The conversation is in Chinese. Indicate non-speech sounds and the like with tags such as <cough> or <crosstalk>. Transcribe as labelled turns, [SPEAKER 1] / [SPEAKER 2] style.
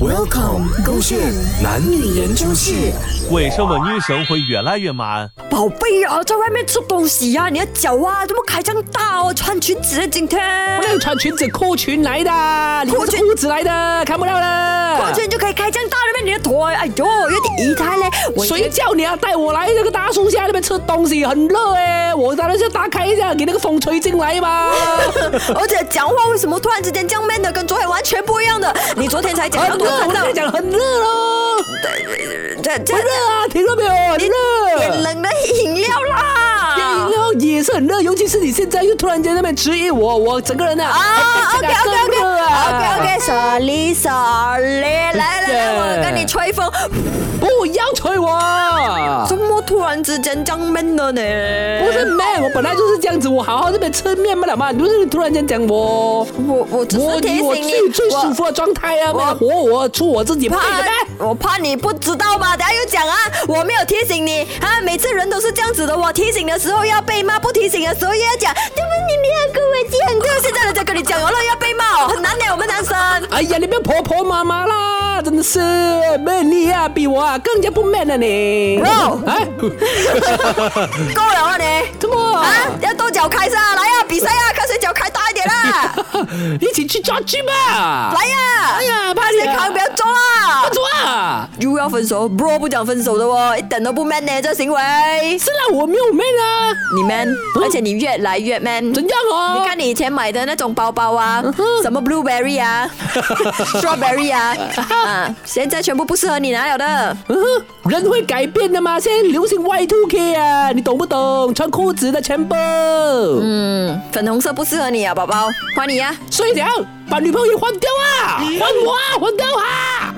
[SPEAKER 1] Welcome，勾线男女研究室。
[SPEAKER 2] 为什么女生会越来越慢？
[SPEAKER 3] 宝贝啊，在外面吃东西呀、啊，你的脚啊怎么开这样大哦？穿裙子的今天，
[SPEAKER 4] 我那个穿裙子裤裙来的，你
[SPEAKER 3] 裤
[SPEAKER 4] 裤
[SPEAKER 3] 裙
[SPEAKER 4] 是裤子来的，看不到了。
[SPEAKER 3] 完全就可以开这样大的面，你的腿，哎呦，有点移开嘞。我以前
[SPEAKER 4] 谁叫你要带我来这个大树下那边吃东西？很热哎、我当然是打开一下，给那个风吹进来嘛。啊
[SPEAKER 3] 而且讲啊话为什么突然之间这样 man 的，跟昨天完全不一样的？你昨天才讲
[SPEAKER 4] 很
[SPEAKER 3] 到
[SPEAKER 4] 热，
[SPEAKER 3] 多
[SPEAKER 4] 我跟你讲很热哦，
[SPEAKER 3] 这这
[SPEAKER 4] 很热啊，听到没有？很热。
[SPEAKER 3] 点冷的饮料啦。
[SPEAKER 4] 然后也是很热，尤其是你现在又突然间那边质疑我，我整个人呢
[SPEAKER 3] 啊
[SPEAKER 4] 哎
[SPEAKER 3] ，OK
[SPEAKER 4] 哎更
[SPEAKER 3] OK OK
[SPEAKER 4] 热啊
[SPEAKER 3] OK OK，sorry sorry，来来来，我跟你吹风，
[SPEAKER 4] 不要催我。
[SPEAKER 3] 怎么突然之间这样 man 了呢？
[SPEAKER 4] 不是 man，我本来就是这样子，我好好这边吃面不了嘛，你就是突然间讲我，
[SPEAKER 3] 我我只
[SPEAKER 4] 我
[SPEAKER 3] 是提
[SPEAKER 4] 以我
[SPEAKER 3] 醒
[SPEAKER 4] 最
[SPEAKER 3] 你，
[SPEAKER 4] 最舒服的状态啊，为了活我出我自己
[SPEAKER 3] 我
[SPEAKER 4] 配的呗。
[SPEAKER 3] 怕我怕你不知道嘛，等下又讲啊，我没有提醒你啊，每次人都是这样子的，我提醒的时候要被骂，不提醒的时候又要讲，对不起，你要跟我讲，对，现在人家跟你讲完了要被骂哦，很难的，我们男生。
[SPEAKER 4] 哎呀，你别婆婆妈妈啦，真的是没你啊，比我啊更加不 man 了你。
[SPEAKER 3] Bro
[SPEAKER 4] 哎，
[SPEAKER 3] 够了啊你，
[SPEAKER 4] 怎么
[SPEAKER 3] 啊，要多脚开噻，来啊，比赛啊，看谁脚开大一点
[SPEAKER 4] <laughs>
[SPEAKER 3] 啦，
[SPEAKER 4] 一起去抓去吧？
[SPEAKER 3] 来，呀，
[SPEAKER 4] 哎呀，怕你
[SPEAKER 3] 健
[SPEAKER 4] 啊
[SPEAKER 3] 康不要做啊
[SPEAKER 4] 不。抓。
[SPEAKER 3] 又要分手，bro 不讲分手的哦，一点都不 man 呢，这行为。
[SPEAKER 4] 是啦，我没有 man 啊，
[SPEAKER 3] 你 man，而且你越来越 man。
[SPEAKER 4] 怎样哦？
[SPEAKER 3] 你看你以前买的那种包包啊，什么 blueberry 啊，strawberry 啊，啊，现在全部不适合你拿了的。
[SPEAKER 4] 嗯哼，人会改变的嘛，现在流行 Y two K 啊，你懂不懂？穿裤子的全部。
[SPEAKER 3] 嗯，粉红色不适合你啊，宝宝，换你呀、
[SPEAKER 4] 所以怎样？把女朋友换掉啊，换我啊，换掉啊！